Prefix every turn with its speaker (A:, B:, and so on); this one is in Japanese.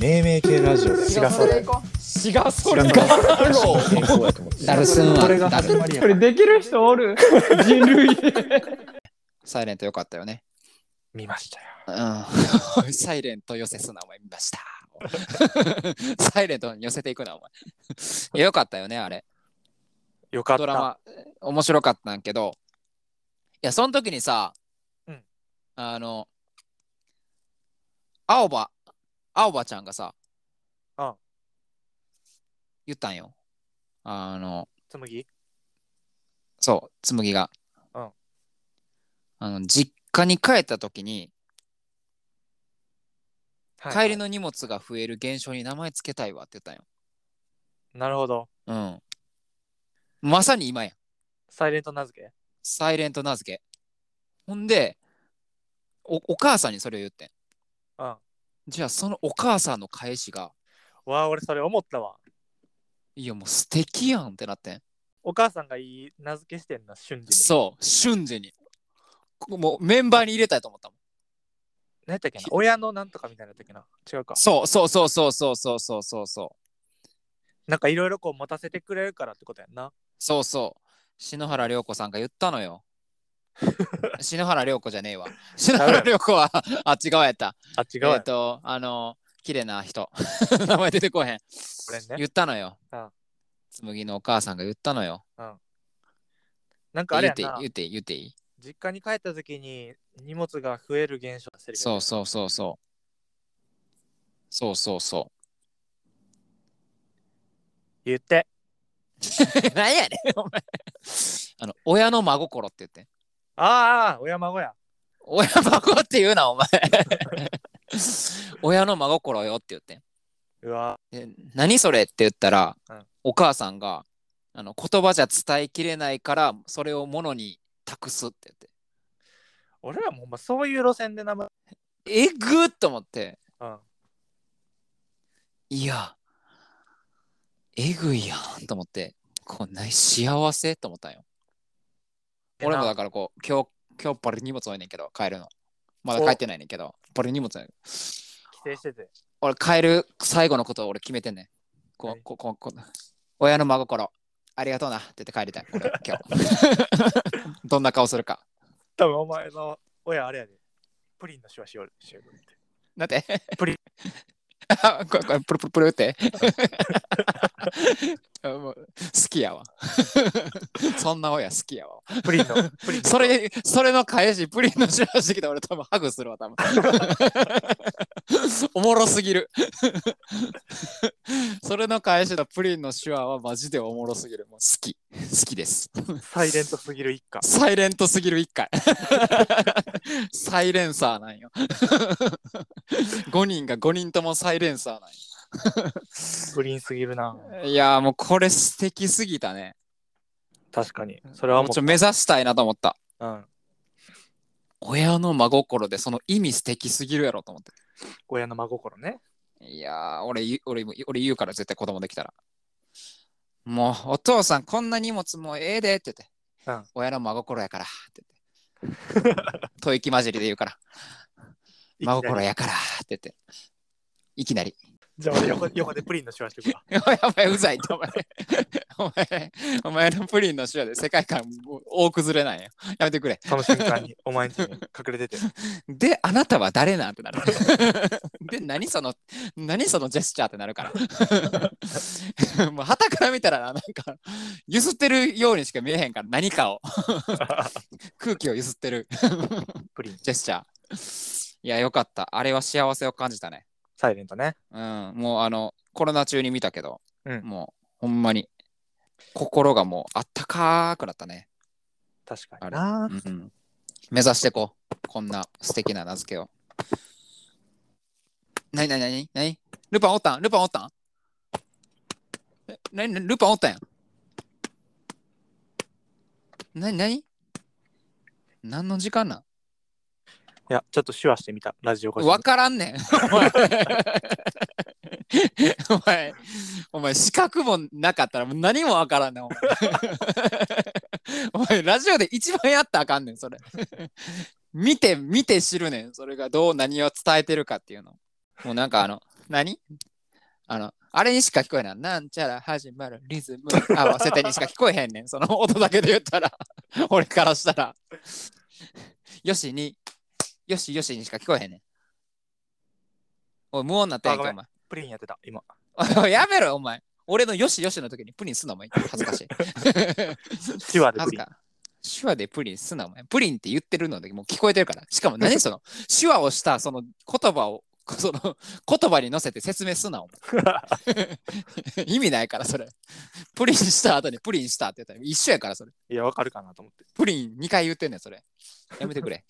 A: 命名系ラジオだよ
B: 違うそれ行こ
C: 違うそれ
A: 違う
C: か
A: 健康やと思って
D: ダルスンは
B: これが
D: ダル
B: う
C: これできる人おる人類
D: サイレントよかったよね。
C: 見ましたよ
D: うん、 サイレント寄せすな、お前見ました。 サイレントに寄せていくな、お前。いやよかったよね、あれ。
C: よかった
D: ドラマ、面白かったんやけど、いや、その時にさ、
C: うん
D: あの、青葉、青葉ちゃんがさ、
C: うん
D: 言ったんよ。あの、
C: 紬
D: そう、紬が。
C: うん
D: あの、実家に帰った時に、
C: はい
D: 帰りの荷物が増える現象に名前つけたいわって言ったんよ。
C: なるほど
D: うん。まさに今やん。
C: サイレント名付け
D: サイレント名付け。ほんで、おお母さんにそれを言ってん。
C: うん
D: じゃあそのお母さんの返しが、
C: わあ俺それ思ったわ
D: いやもう素敵やんってなってん。
C: お母さんがいい名付けしてんな瞬時に
D: そう、瞬時に。ここもうメンバーに入れたいと思ったもん。
C: 何やったっけな親のなんとかみたいなやったっけな違うか
D: そうそうそうそうそうそうそうそうそう。
C: なんかいろいろこう持たせてくれるからってことやんな
D: そうそう。篠原涼子さんが言った のよ。篠原涼子じゃねえわ。篠原涼子はあっち側やった。
C: あ違う
D: え
C: や
D: っ
C: ん
D: と、あの、綺麗な人。 名前出てこへん。
C: これね
D: 言ったのよ
C: うん。
D: 紬のお母さんが言ったのよ。
C: なんかあれや
D: 言っていい
C: な
D: 言っていい言っていい
C: 実家に帰った時に荷物が増える現象のセリフ
D: そうそうそうそう。そうそうそ
C: 言って
D: う。何やねん、お前。あの、親の真心って言って。
C: ああ親孫や
D: 親孫って言う な、お前。親の真心よって言って。
C: うわ
D: で何それって言ったら、
C: うん
D: お母さんがあの言葉じゃ伝えきれないからそれを物に託すって言って
C: 俺らもほんまそういう路線で名前
D: えぐっと思って
C: うん
D: いやえぐいやんと思ってこんな幸せと思ったんよ
C: えな
D: 俺もだからこう今日今日パリ荷物多いねんけど帰るのまだ帰ってないねんけどパリ荷物多い
C: 帰省してて
D: 俺帰る最後のことを俺決めてんねんこ
C: 何
D: こここ親の真心ありがとうなって言って帰りたい俺今 日どんな顔するか
C: 多分お前の親あれやでプリンのシュワシュワしよるって
D: なんて
C: プリ
D: あ これこれプルプルプルって あもう好きやわ そんな親好きやわ
C: プリンのプリンの
D: それそれの返しプリンの知らしてきた俺多分ハグするわ多分 おもろすぎる それの返しのプリンの手話はマジでおもろすぎるもう好き好きです
C: サイレントすぎる一家
D: サイレントすぎる一回 サイレンサーなんよ5人が5人ともサイレンサーなんよ
C: プリンすぎるない
D: やーもうこれ素敵すぎたね
C: 確かにそれは
D: もう
C: も
D: ちょっと目指したいなと思った
C: う、うん、
D: 親の真心でその意味素敵すぎるやろと思って
C: 親の真心ね
D: いやー俺言う、俺も、俺言うから絶対子供できたら。もう、お父さん、こんな荷物もうええでって言って。
C: うん
D: 親の真心やからって 言って。吐息混じりで言うから、真心
C: や
D: やからって言って。いきなり。
C: じゃあ俺横横でプリンのシュワしてく わ
D: おいお前、うざいって、お前。 お前、お前のプリンの手話で世界観もう大崩れないよ。やめてくれ。
C: その瞬間にお前んちに隠れてて
D: で、あなたは誰なんってなる。 で、何その、何そのジェスチャーってなるから。 もう、旗から見たらな、なんか、ゆすってるようにしか見えへんから、何かを。空気をゆすってる
C: プリン
D: ジェスチャー。いや、よかった。あれは幸せを感じたね。
C: サイレントね
D: うん、もう、あの、コロナ中に見たけど、
C: うん
D: もう、ほんまに、心がもう、あったかーくなったね。
C: 確かにな
D: うん、目指してこう。こんな素敵な名付けを。なになになになにルパンおったんルパンおったんえなにルパンおったんやんなになに何の時間なん
C: いやちょっとシュワしてみたラジオ越しに
D: わからんねん。お前、お前、お前資格もなかったらもう何もわからんねん。お前、お前ラジオで一番やったらあかんねん、それ。見て、見て知るねん、それがどう、何を伝えてるかっていうの。もうなんかあの、何あの、あれにしか聞こえない。なんちゃら始まるリズム合わせてにしか聞こえへんねん。その音だけで言ったら、 俺からしたら。よしに、よしよしにしか聞こえへんねん。おい、無音になったやんけ、
C: あ
D: お
C: ご
D: 前。
C: プリンやってた、今。
D: おいやめろ、お前。 俺のよしよしの時にプリンすんな、お前。恥ずかしい。
C: 手話で
D: な
C: プ
D: ん
C: リン。
D: か、手話でプリンすな、お前。プリンって言ってるのでもう聞こえてるから。しかも 何その、手話をしたその言葉を、その言葉に乗せて説明すな、お前。 意味ないから、それ。プリンした後にプリンしたって言ったら一緒やから、それ。
C: いや、わかるかなと思って。
D: プリン2回言ってんねん、それ。やめてくれ。